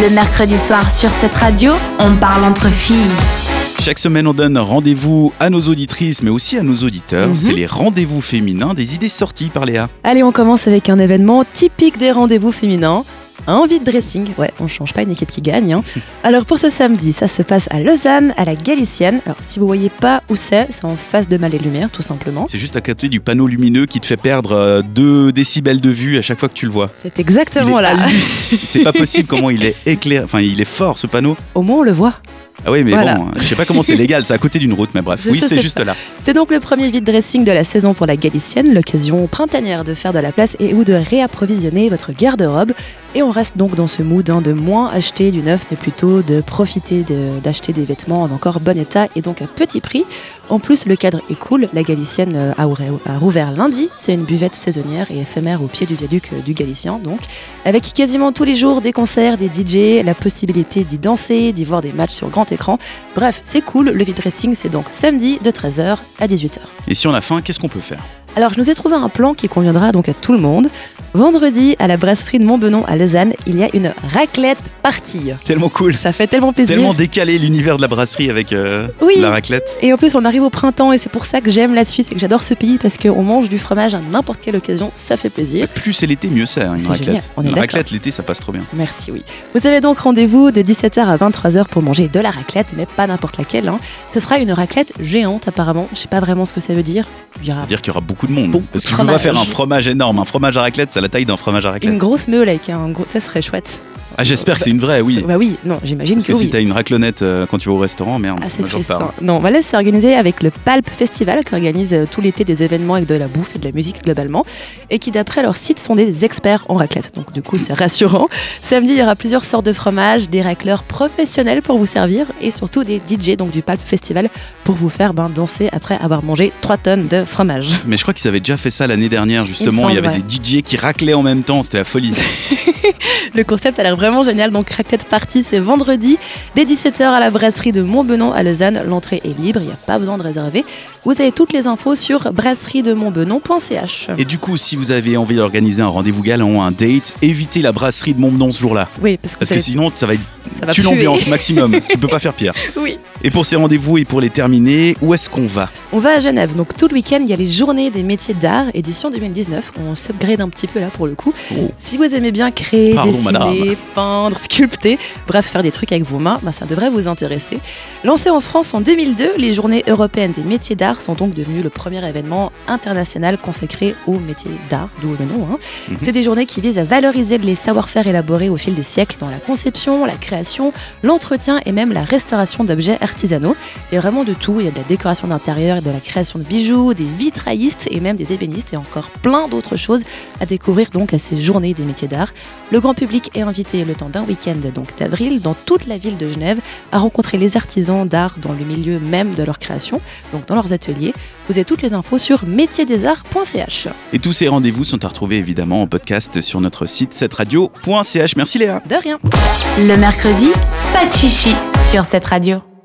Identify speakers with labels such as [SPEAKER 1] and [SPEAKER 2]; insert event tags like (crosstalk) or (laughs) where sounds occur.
[SPEAKER 1] Le mercredi soir sur cette radio, on parle entre filles.
[SPEAKER 2] Chaque semaine, on donne rendez-vous à nos auditrices, mais aussi à nos auditeurs.
[SPEAKER 3] Mhm.
[SPEAKER 2] C'est les rendez-vous féminins des idées sorties par Léa.
[SPEAKER 3] Allez, on commence avec un événement typique des rendez-vous féminins. Un vide dressing. Ouais, on change pas une équipe qui gagne. (laughs) hein. Alors pour ce samedi, ça se passe à Lausanne, à la Galicienne. Alors si vous voyez pas où c'est, c'est en face de Mal et Lumière, tout simplement.
[SPEAKER 2] C'est juste à côté du panneau lumineux qui te fait perdre euh, 2 décibels de vue à chaque fois que tu le vois.
[SPEAKER 3] C'est
[SPEAKER 2] Il
[SPEAKER 3] exactement
[SPEAKER 2] est
[SPEAKER 3] là.
[SPEAKER 2] halluc-
[SPEAKER 3] (laughs)
[SPEAKER 2] C'est pas possible comment il est éclair, enfin il est fort ce panneau.
[SPEAKER 3] Au moins on le voit.
[SPEAKER 2] Ah oui, mais
[SPEAKER 3] Voilà.
[SPEAKER 2] bon, je sais pas comment c'est légal, c'est à côté d'une route, mais bref.
[SPEAKER 3] Je
[SPEAKER 2] oui,
[SPEAKER 3] sais
[SPEAKER 2] c'est
[SPEAKER 3] pas.
[SPEAKER 2] juste là.
[SPEAKER 3] C'est donc le premier vide dressing de la saison pour la Galicienne, l'occasion printanière de faire de la place et ou de réapprovisionner votre garde-robe. Et on reste donc dans ce mood hein, de moins acheter du neuf, mais plutôt de profiter de- d'acheter des vêtements en encore bon état et donc à petit prix. En plus, le cadre est cool. La Galicienne euh, a, ouvert- a rouvert lundi. C'est une buvette saisonnière et éphémère au pied du viaduc euh, du Galicien, donc. Avec quasiment tous les jours des concerts, des DJ, la possibilité d'y danser, d'y voir des matchs sur grand écran. Bref, c'est cool. Le vide dressing, c'est donc samedi de 13h à 18h.
[SPEAKER 2] Et si on a faim, qu'est-ce qu'on peut faire
[SPEAKER 3] Alors, je nous ai trouvé un plan qui conviendra donc à tout le monde. Vendredi, à la brasserie de Montbenon à Lausanne, il y a une raclette partie.
[SPEAKER 2] Tellement cool,
[SPEAKER 3] Ça fait tellement plaisir.
[SPEAKER 2] tellement décalé l'univers de la brasserie avec euh,
[SPEAKER 3] Oui.
[SPEAKER 2] la raclette.
[SPEAKER 3] Et en plus, on arrive au printemps et c'est pour ça que j'aime la Suisse et que j'adore ce pays parce qu'on mange du fromage à n'importe quelle occasion, ça fait plaisir.
[SPEAKER 2] Plus c'est l'été, mieux c'est hein, une
[SPEAKER 3] C'est
[SPEAKER 2] raclette.
[SPEAKER 3] génial, on est
[SPEAKER 2] une
[SPEAKER 3] d'accord.
[SPEAKER 2] raclette l'été, ça passe trop bien.
[SPEAKER 3] Merci, oui. Vous avez donc rendez-vous de 17h à 23h pour manger de la raclette, mais pas n'importe laquelle. hein. Ce sera une raclette géante, apparemment. Je sais pas vraiment ce que ça veut dire. Il y aura
[SPEAKER 2] C'est-à-dire qu'il y aura beaucoup de monde.
[SPEAKER 3] Beaucoup
[SPEAKER 2] parce
[SPEAKER 3] de
[SPEAKER 2] que tu peux pas
[SPEAKER 3] fromage.
[SPEAKER 2] faire un fromage énorme. Un fromage à raclette, c'est la taille d'un fromage à raclette.
[SPEAKER 3] une grosse meule avec un gros. Ça serait chouette.
[SPEAKER 2] Ah, j'espère que c'est une vraie, oui.
[SPEAKER 3] Bah oui, non, j'imagine
[SPEAKER 2] Parce
[SPEAKER 3] que,
[SPEAKER 2] que si
[SPEAKER 3] oui.
[SPEAKER 2] t'as une raclonnette euh, quand tu vas au restaurant, merde.
[SPEAKER 3] Ah, c'est
[SPEAKER 2] moi, j'en
[SPEAKER 3] triste.
[SPEAKER 2] parle.
[SPEAKER 3] hein. Non, voilà, c'est organisé avec le Palp Festival qui organise euh, tout l'été des événements avec de la bouffe et de la musique globalement et qui, d'après leur site, sont des experts en raclette. Donc, du coup, c'est rassurant. Samedi, il y aura plusieurs sortes de fromages, des racleurs professionnels pour vous servir et surtout des DJ donc du Palp Festival pour vous faire ben, danser après avoir mangé 3 tonnes de fromage.
[SPEAKER 2] Mais je crois qu'ils avaient déjà fait ça l'année dernière, justement.
[SPEAKER 3] semble,
[SPEAKER 2] Il y avait
[SPEAKER 3] ouais.
[SPEAKER 2] des DJ qui raclaient en même temps, c'était la
[SPEAKER 3] (laughs)
[SPEAKER 2] folie.
[SPEAKER 3] Le concept a l'air vraiment génial. Donc, raclette party, c'est vendredi dès 17h à la brasserie de Montbenon à Lausanne. L'entrée est libre, il n'y a pas besoin de réserver. Vous avez toutes les infos sur brasseriedemontbenon.ch.
[SPEAKER 2] Et du coup, si vous avez envie d'organiser un rendez-vous galant, un date, évitez la brasserie de Montmenon ce jour-là.
[SPEAKER 3] Oui, parce que,
[SPEAKER 2] Parce que sinon, ça va être
[SPEAKER 3] ça va
[SPEAKER 2] tue
[SPEAKER 3] puer.
[SPEAKER 2] l'ambiance maximum. tu peux pas faire pire.
[SPEAKER 3] (laughs) Oui.
[SPEAKER 2] Et pour ces rendez-vous et pour les terminer, où est-ce qu'on va
[SPEAKER 3] On va à Genève. Donc, tout le week-end, il y a les Journées des métiers d'art, édition 2019. On s'upgrade un petit peu là pour le coup.
[SPEAKER 2] Oh.
[SPEAKER 3] Si vous aimez bien créer,
[SPEAKER 2] Pardon,
[SPEAKER 3] dessiner,
[SPEAKER 2] madame.
[SPEAKER 3] peindre, sculpter, bref, faire des trucs avec vos mains, bah, ça devrait vous intéresser. Lancées en France en 2002, les Journées européennes des métiers d'art sont donc devenues le premier événement international consacré aux métiers d'art, d'où le nom. hein.
[SPEAKER 2] Mhm.
[SPEAKER 3] C'est des journées qui visent à valoriser les savoir-faire élaborés au fil des siècles dans la conception, la création, l'entretien et même la restauration d'objets artisanaux. Il y a vraiment de tout. Il y a de la décoration d'intérieur, et de la création de bijoux, des vitraillistes et même des ébénistes et encore plein d'autres choses à découvrir donc à ces journées des métiers d'art. Le grand public est invité le temps d'un week-end donc d'avril dans toute la ville de Genève à rencontrer les artisans d'art dans le milieu même de leur création, donc dans leurs ateliers. Vous avez toutes les infos sur métiersdesarts.ch.
[SPEAKER 2] Et tous ces rendez-vous sont à retrouver évidemment en podcast sur notre site setradio.ch. Merci Léa.
[SPEAKER 3] De rien.
[SPEAKER 1] Le mercredi, pas de chichi sur cette radio.